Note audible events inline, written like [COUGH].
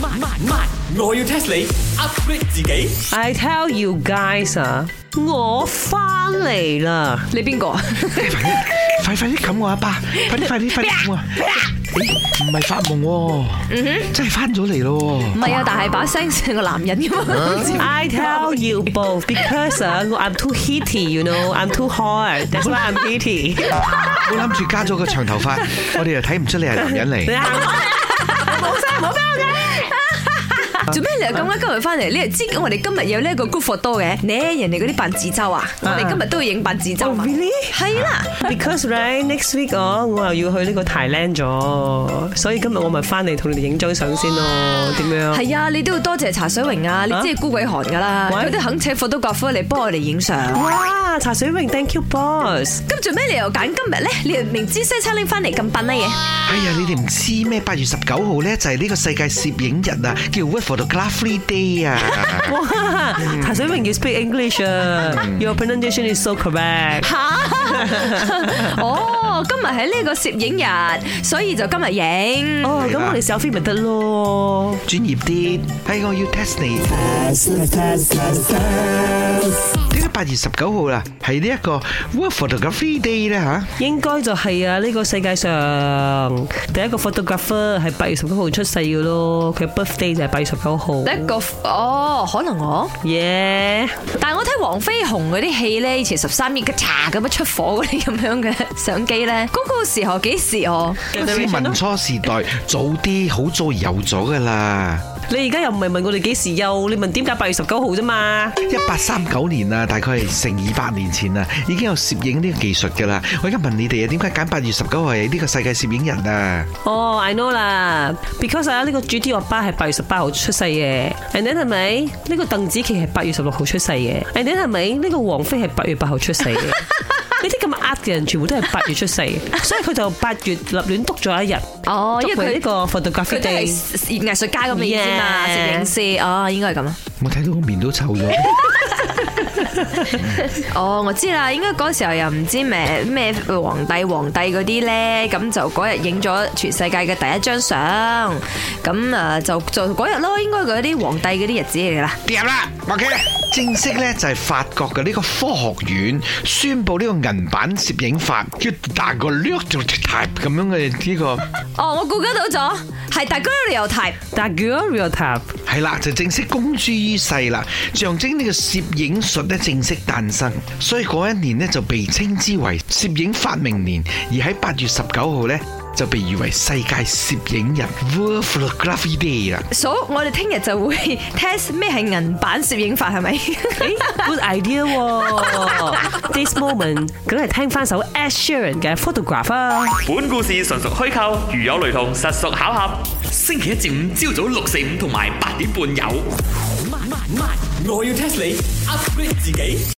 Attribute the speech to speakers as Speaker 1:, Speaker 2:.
Speaker 1: 慢慢慢，我要 test 你 upgrade 自己。
Speaker 2: I tell you guys 啊，我翻嚟啦！
Speaker 3: 你邊個？
Speaker 4: 快快啲冚我阿爸，快啲快啲快啲冚我！咦唔係發夢喎，真係翻咗嚟咯
Speaker 3: 唔係啊，但係把聲似個男人咁啊！
Speaker 2: I tell you both because 啊我 I'm too heaty, you know, I'm too hot. That's why I'm heaty.
Speaker 4: 喎！我諗住加咗個長頭髮，我哋又睇唔出你係男人
Speaker 2: 你
Speaker 4: 嚟。
Speaker 2: 行
Speaker 3: 做咩你又咁啊啱今日翻嚟？你又知我哋今日有呢一個 group photo 嘅？你人哋嗰啲扮自州啊，我哋今日都要影扮自州啊
Speaker 2: Oh, really？
Speaker 3: 係啦，
Speaker 2: because right next week 哦，我又要去呢個 Thailand 咗，所以今日我咪翻嚟同你哋影張相先咯，點樣？
Speaker 3: 係啊，你都要多謝茶水榮啊！你知係孤鬼寒噶啦，
Speaker 2: 喂
Speaker 3: 佢都肯請 photographer 嚟幫我哋影相。
Speaker 2: [LAUGHS] 哇！茶水榮，thank you boss。
Speaker 3: 咁做咩你又揀今日咧？你又明知西餐拎翻嚟咁笨乜嘢？
Speaker 4: 哎呀，你哋唔知咩？八月十九號咧就係呢個世界攝影日啊，叫 World Photography Day à. 啊！
Speaker 2: 哇！茶水榮要 speak English 啊，your pronunciation is so correct。
Speaker 3: 吓！ [LAUGHS] 哦，今日係呢個攝影日，所以就今日影。
Speaker 2: 哦，咁我哋 selfie 咪得咯。
Speaker 4: 專業啲，哎，我要 test 你。點解八月十九號啦？係呢一個 World Photography Day 咧嚇？
Speaker 2: 應該就係啊！呢個世界上第一個 photographer 係八月十九號出世嘅咯，佢 birthday 就係八月十九號。
Speaker 3: 第一個哦，可能我。
Speaker 2: 耶！
Speaker 3: 但係我睇黃飛鴻嗰啲戲咧，以前十三億嘅嚓咁樣出火嗰啲咁樣嘅相機咧， [LAUGHS] 嗰、個時候幾時哦？
Speaker 4: 先民初時代早啲好早有咗噶啦，
Speaker 2: 你而家又唔係問我哋幾時有，你問點解八月十九號啫嘛？
Speaker 4: 一八三九年啊，大概係成二百年前啊，已經有攝影呢個技術噶啦。我而家問你哋啊，點解揀八月十九號係呢個世界攝影日啊？
Speaker 2: 哦、i know 啦，because 啊呢個 G D 樂巴係八月十八號出世嘅，and then 係咪呢個鄧紫棋係八月十六號出世嘅，and then 係咪呢個王菲係八月八號出世
Speaker 3: [LAUGHS]
Speaker 2: 嘅？呢啲咁呃嘅人全部都係八月出世嘅，所以佢就八月立亂篤咗一日。
Speaker 3: 哦，因為
Speaker 2: 佢呢
Speaker 3: 佢
Speaker 2: 個 photography
Speaker 3: 佢都係
Speaker 2: day
Speaker 3: 藝術家咁嘅意思嘛，攝
Speaker 2: Yeah
Speaker 3: 影師哦，應該係咁啊。
Speaker 4: 我睇到個面都臭 [LAUGHS] 咗。
Speaker 3: 哦，我知啦，應該嗰時候又唔知咩咩皇帝皇帝嗰啲咧，咁就嗰日影咗全世界嘅第一張相，咁啊就就嗰日咯，應該嗰啲皇帝嗰啲日子嚟㗎啦。
Speaker 4: 掂啦，OK 正式咧就係法國嘅呢個科學院宣布呢個銀版攝影法，叫 daguerreotype 咁樣嘅呢個
Speaker 3: 哦，我估得到咗，係大哥你又提。
Speaker 2: 但 g u r r e o t y p
Speaker 4: 係啦，就正式公諸於世啦，象徵呢個攝影術咧正式誕生，所以嗰一年呢就被稱之為攝影發明年，而喺八月十九號呢，就被譽為世界攝影日 World Photography Day 啦。
Speaker 3: 所我哋聽日就會 [LAUGHS] test 咩係銀版攝影法係 [LAUGHS] 咪？
Speaker 2: Good idea [LAUGHS] 喎！This moment，梗係聽翻首 Ed Sheeran 嘅 Photograph 啊！
Speaker 1: 本故事純屬虛構，如有雷同，實屬巧合。星期一至五朝早六四五同埋八點半有。我要 test 你 upgrade 自己。